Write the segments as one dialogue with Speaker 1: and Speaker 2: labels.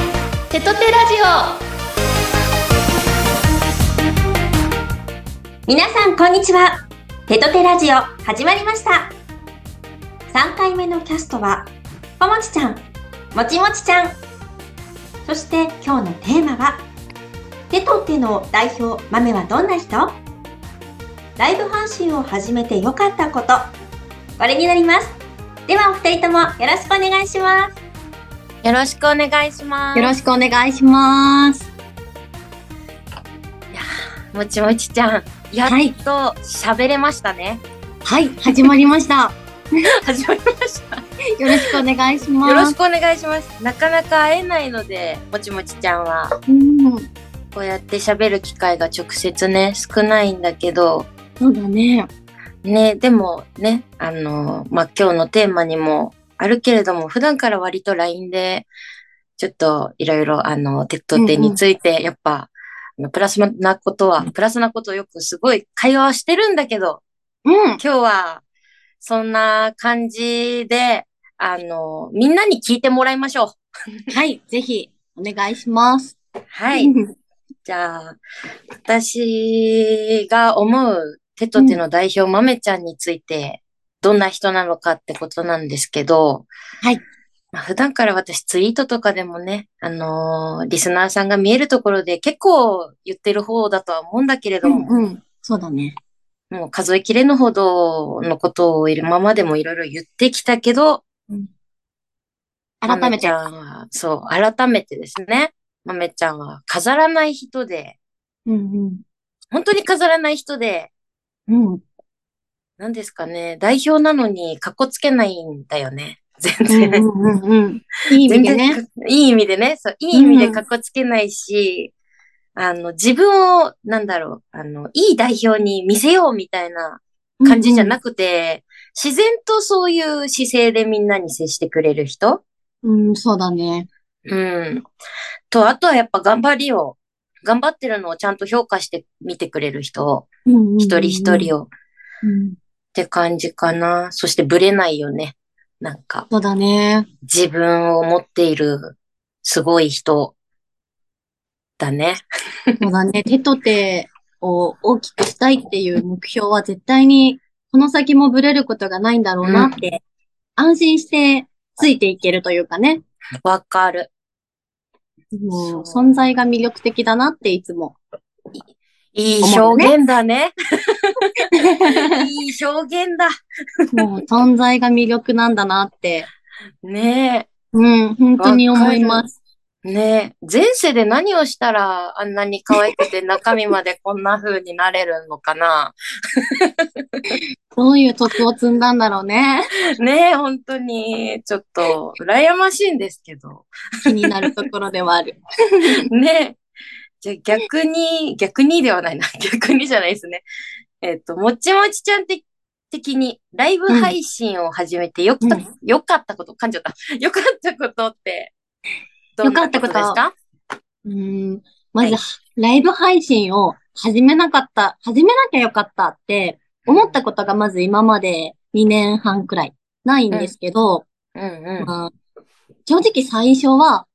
Speaker 1: トテラジオ皆さんこんにちはテトテラジオ始まりました3回目のキャストはぽもちちゃんもちもちちゃんそして今日のテーマはテトテの代表豆はどんな人ライブ配信を始めて良かったことこれになりますではお二人ともよろしくお願いします
Speaker 2: よろしくお願いします。
Speaker 3: よろしくお願いします。
Speaker 2: もちもちちゃん、やっ
Speaker 3: はい、
Speaker 2: と喋れましたね。
Speaker 3: はい、始まりました。
Speaker 2: 始まりました。
Speaker 3: よろしくお願いしま す。
Speaker 2: よろしくお願いします。なかなか会えないので、もちもちちゃんは、
Speaker 3: うん、
Speaker 2: こうやって喋る機会が直接ね、少ないんだけど、
Speaker 3: そうだね。
Speaker 2: ね、でもね、あの、まあ、今日のテーマにもあるけれども、普段から割と LINE で、ちょっといろいろ、あの、テッドテについて、やっぱ、あのプラスなことは、プラスなことをよくすごい会話はしてるんだけど、
Speaker 3: うん、
Speaker 2: 今日は、そんな感じで、あの、みんなに聞いてもらいましょ
Speaker 3: はい、ぜひお願いします。
Speaker 2: う。はい。じゃあ、私が思う手と手の代表、まめちゃんについて、どんな人なのかってことなんですけど、
Speaker 3: はい。
Speaker 2: まあ、普段から私ツイートとかでもね、あのーリスナーさんが見えるところで結構言ってる方だとは思うんだけれども、
Speaker 3: うん、そうだね。
Speaker 2: もう数えきれぬほどのことを今までもいろいろ言ってきたけど、
Speaker 3: 改め
Speaker 2: まち
Speaker 3: て。
Speaker 2: ゃんは、そう、改めてですね。まめちゃんは飾らない人で、
Speaker 3: うん、
Speaker 2: 本当に飾らない人で、
Speaker 3: うん、うん。
Speaker 2: なんですかね、代表なのにかっこつけないんだよね。全
Speaker 3: うん
Speaker 2: 然。
Speaker 3: うんうんうん、いい意味で
Speaker 2: 全
Speaker 3: ね。
Speaker 2: 然いい意味でね。そう、いい意味でかっこつけないし、あの、自分を、なんだろう、あの、いい代表に見せようみたいな感じじゃな
Speaker 3: く
Speaker 2: くて、自然とそういう姿勢でみんなに接してくれる人
Speaker 3: うん、そうだね。
Speaker 2: うん。と、あとはやっぱ頑張りを、頑張ってるのをちゃんと評価して見てくれる人、一
Speaker 3: 一
Speaker 2: 人一人
Speaker 3: を。
Speaker 2: を、っ
Speaker 3: うん
Speaker 2: て感じかな。そしてブレないよね。なんか、
Speaker 3: そうだね。
Speaker 2: 自分を持っている、すごい人、だね。
Speaker 3: そうだね。手と手を大きくしたいっていう目標は絶対に、この先もブレることがないんだろうなって、安心してついていけるというかね。
Speaker 2: わかる。
Speaker 3: もう
Speaker 2: そう
Speaker 3: 存在が魅力的だなっていつ も。
Speaker 2: いい
Speaker 3: 思うね
Speaker 2: 表現だね。いい表現だ。
Speaker 3: もう存在が魅力なんだなって。
Speaker 2: ね
Speaker 3: うん、本当に思います。
Speaker 2: え。ねえ。前世で何をしたらあんなに可愛くて中身までこんな風になれるのかな。
Speaker 3: どういう徳を積んだんだろうね。
Speaker 2: ねえ、本当に、ちょっと、羨ましいんですけど。
Speaker 3: 気になるところではある。
Speaker 2: ねえ。じゃあ逆に、逆にではない な。逆にじゃないですね。えっ、と、もちもちちゃん的的に、ライブ配信を始めてよかった、
Speaker 3: うん
Speaker 2: よかったこと、噛んじゃった。 よかったことって、どんなことです
Speaker 3: よ
Speaker 2: か
Speaker 3: うん、まず、
Speaker 2: は
Speaker 3: ライブ配信を始めなかった、始めなきゃよかったって思ったことがまず今まで2年半くらいないんですけど、
Speaker 2: うんうん。
Speaker 3: まあ、正直最初は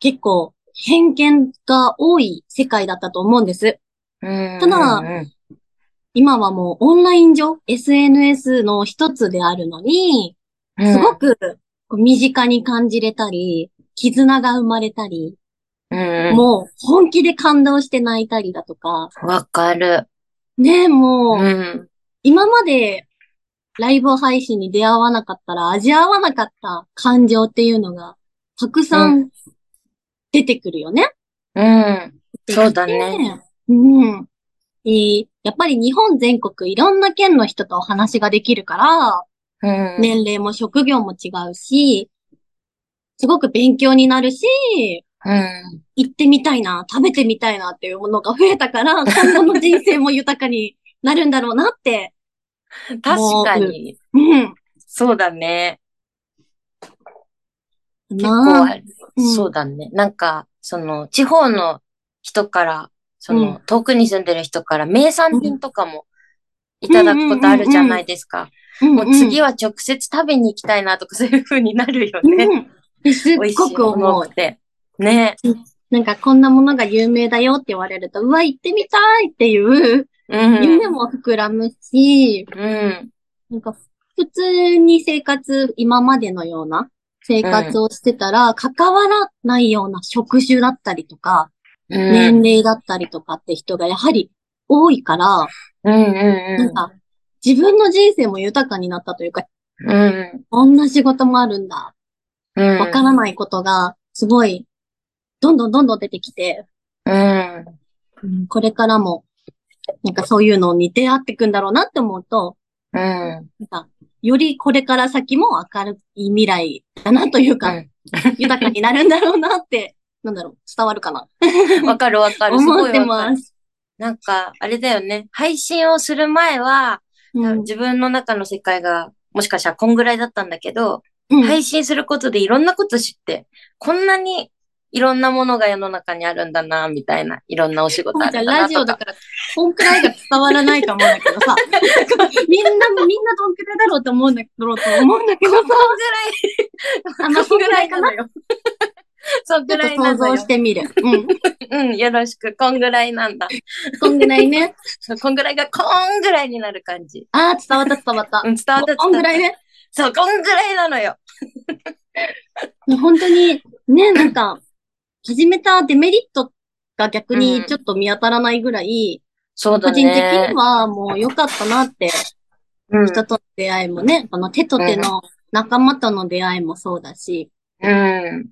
Speaker 3: 結構偏見が多い世界だったと思うんです。
Speaker 2: うん
Speaker 3: ただ
Speaker 2: うん
Speaker 3: 今はもうオンライン上、SNS の一つであるのに、
Speaker 2: うん、
Speaker 3: すご
Speaker 2: く、
Speaker 3: くこう身近に感じれたり、絆が生まれたり、
Speaker 2: うんう
Speaker 3: もう本気で感動して泣いたりだとか、
Speaker 2: ん、わかる。
Speaker 3: ねえ、もう、
Speaker 2: うん。
Speaker 3: 今までライブ配信に出会わなかったら味合わなかった感情っていうのが、たくさん出てくるよね。
Speaker 2: うん。そうだね。
Speaker 3: うん。でやっぱり日本全国いろんな県の人とお話ができるから、
Speaker 2: うん。
Speaker 3: 年齢も職業も違うし、すごく勉強になるし、
Speaker 2: うん。
Speaker 3: 行ってみたいな、食べてみたいなっていうものが増え たから、今後の人生も豊かになるんだろうなって。
Speaker 2: 確かに。
Speaker 3: うん。
Speaker 2: そうだね。結構
Speaker 3: な
Speaker 2: あ
Speaker 3: あ
Speaker 2: る、
Speaker 3: うん
Speaker 2: そうだね。なんか、その、地方の人から、その、
Speaker 3: う
Speaker 2: 遠くに住んでる人から、名産品とかも、いただくことあるじゃないですか。
Speaker 3: うん
Speaker 2: もう次は直接食べに行きたいなとか、そういう風になるよ
Speaker 3: うん
Speaker 2: ね。
Speaker 3: うん。すっ
Speaker 2: 美味し
Speaker 3: ご
Speaker 2: い
Speaker 3: く
Speaker 2: もの
Speaker 3: 思
Speaker 2: 多くて。ね。
Speaker 3: なんかこんなものが有名だよって言われると、うわ、行ってみたいっていう
Speaker 2: うん。
Speaker 3: 夢も膨らむし、
Speaker 2: うん。
Speaker 3: なんか普通に生活、今までのような生活をしてたら、関わらないような職種だったりとか、
Speaker 2: うん。
Speaker 3: 年齢だったりとかって人がやはり多いから、
Speaker 2: うん。
Speaker 3: なんか自分の人生も豊かになったというか、
Speaker 2: うん。
Speaker 3: こんな仕事もあるんだ
Speaker 2: うん。
Speaker 3: わからないことが、すごい、どんどんどんどん出てきて、
Speaker 2: うん。
Speaker 3: これからも、なんかそういうのに出会っていくんだろうなって思うと、
Speaker 2: うん。
Speaker 3: なんか、よりこれから先も明るい未来だなというか、豊かになるんだろうなって、なんだろう、伝わるかな。
Speaker 2: わかるわかる。す
Speaker 3: 思
Speaker 2: ご
Speaker 3: っ
Speaker 2: い
Speaker 3: て
Speaker 2: わか
Speaker 3: ま
Speaker 2: る。
Speaker 3: す。
Speaker 2: なんか、あれだよね。配信をする前は、
Speaker 3: うん
Speaker 2: 自分の中の世界が、もしかしたらこんぐらいだったんだけど、
Speaker 3: うん
Speaker 2: 配信することでいろんなこと知って、こんなにいろんなものが世の中にあるんだな、みたいな、いろんなお仕事あ
Speaker 3: じゃ
Speaker 2: る
Speaker 3: あ
Speaker 2: んだな
Speaker 3: ラジオ
Speaker 2: と
Speaker 3: だ
Speaker 2: か。
Speaker 3: から、こんくらいが伝わらないかもだけど さ、みんな、みんなどんくらいだろうと思うんだろうと思うんだけどさ、 あの、こんくらいかなちょっ
Speaker 2: そんぐ
Speaker 3: と
Speaker 2: らいな
Speaker 3: 想
Speaker 2: の
Speaker 3: 像
Speaker 2: よ
Speaker 3: し。てみる。うん。
Speaker 2: うん、よろしく。こんぐらいなんだ。
Speaker 3: こんぐらいね。
Speaker 2: こんぐらいがこんぐらいになる感じ。
Speaker 3: ああ、伝わった伝わった。
Speaker 2: うん、伝わった伝わった
Speaker 3: こんぐらいね。
Speaker 2: そう、こんぐらいなのよ。
Speaker 3: 本当に、ね、なんか、始めたデメリットが逆
Speaker 2: う
Speaker 3: に
Speaker 2: ん
Speaker 3: ちょっと見当たらないぐらい、
Speaker 2: そう
Speaker 3: 個
Speaker 2: だね。
Speaker 3: 人的にはもう良かったなって、
Speaker 2: うん
Speaker 3: 人との出会いもね、この手と手の仲間との出会いもそうだし、
Speaker 2: うん。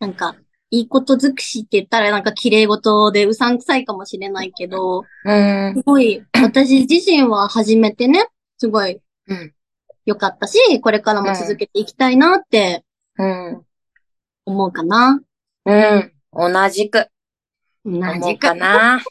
Speaker 3: なんか、いいこと尽くしって言ったらなんか綺麗事でうさんくさいかもしれないけど、
Speaker 2: うん。
Speaker 3: すごい、私自身は始めてね、すごい
Speaker 2: うん。
Speaker 3: 良かったし、これからも続けていきたいなって
Speaker 2: うん。
Speaker 3: 思うかな。
Speaker 2: うん。同じく。
Speaker 3: 同
Speaker 2: 思う
Speaker 3: じ
Speaker 2: か
Speaker 3: く。
Speaker 2: な。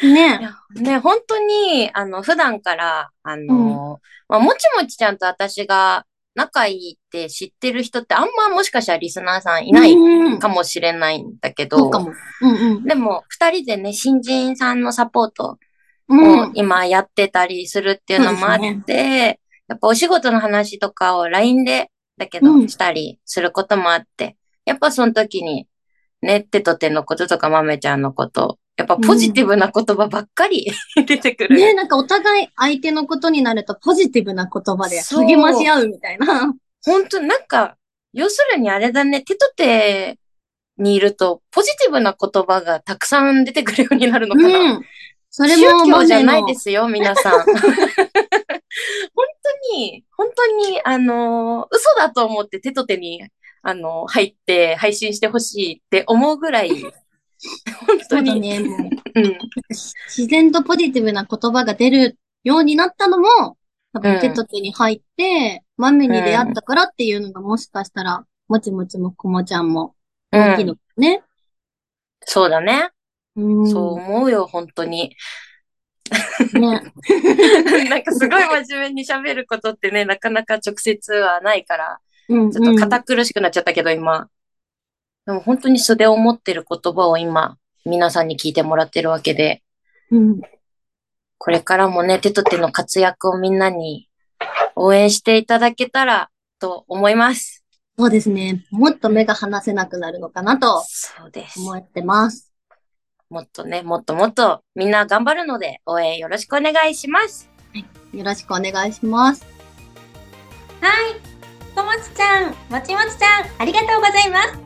Speaker 3: ね
Speaker 2: い。やね、本当に、あの、普段から、あの、まあ、もちもちちゃんと私が仲いいって知ってる人ってあんまもしかしたらリスナーさんいない
Speaker 3: うん
Speaker 2: かもしれないんだけ
Speaker 3: そう
Speaker 2: ど、
Speaker 3: かも。うん
Speaker 2: でも、二人でね、新人さんのサポート
Speaker 3: うん。う
Speaker 2: を
Speaker 3: ん。
Speaker 2: 今やってたりするっていうのもあって、
Speaker 3: そう
Speaker 2: やっぱお仕事の話とかを LINE で、だけど
Speaker 3: うん
Speaker 2: したりすることもあって、やっぱその時に、ね、手と手のこととかまめちゃんのこと、やっぱポジティブな言葉ばっかり出てくる。
Speaker 3: ねなんかお互い相手のことになるとポジティブな言葉で
Speaker 2: そう
Speaker 3: 励まし合うみたいな。
Speaker 2: 本当なんか、要するにあれだね、手と手にいると、ポジティブな言葉がたくさん出てくるようになるのかな。
Speaker 3: うん。それも、
Speaker 2: 宗教じゃない
Speaker 3: 豆の
Speaker 2: ですよ、皆 さん。本当に、本当に、あの、嘘だと思って手と手に、あの、入って配信してほしいって思うぐらい、本当
Speaker 3: そうだ
Speaker 2: に、
Speaker 3: ね、もう。
Speaker 2: うん、
Speaker 3: 自然とポジティブな言葉が出るようになったのも、
Speaker 2: う
Speaker 3: 多
Speaker 2: ん
Speaker 3: 分手と手に入って、豆に出会ったからっていうのがもしかしたら、もちもちもこもちゃんも大きいのかね。
Speaker 2: そうだね。
Speaker 3: うん。
Speaker 2: そう思うよ、本当 に。
Speaker 3: ね。
Speaker 2: なんかすごい真面目に喋ることってね、なかなか直接はないから、
Speaker 3: うん。
Speaker 2: ちょっと
Speaker 3: うん
Speaker 2: 堅苦しくなっちゃったけど、今。でも本当に素で思ってる言葉を今、皆さんに聞いてもらってるわけで、
Speaker 3: うん。
Speaker 2: これからもね、手と手の活躍をみんなに応援していただけたらと思います。
Speaker 3: そうですね。もっと目が離せなくなるのかなと
Speaker 2: そうです。
Speaker 3: 思ってます。
Speaker 2: もっとね、もっともっとみんな頑張るので応援よろしくお願いします。
Speaker 3: よろしくお願いします。
Speaker 1: はい。ともちちゃん、もちもちちゃん、ありがとうございます。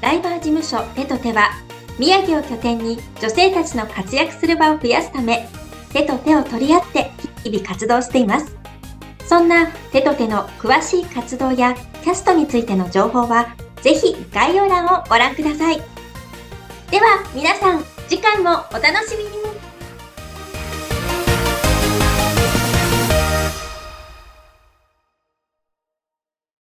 Speaker 1: ライバー事務所手と手は、宮城を拠点に女性たちの活躍する場を増やすため、手と手を取り合って日々活動しています。そんな手と手の詳しい活動やキャストについての情報は、ぜひ概要欄をご覧ください。では皆さん、次回もお楽しみに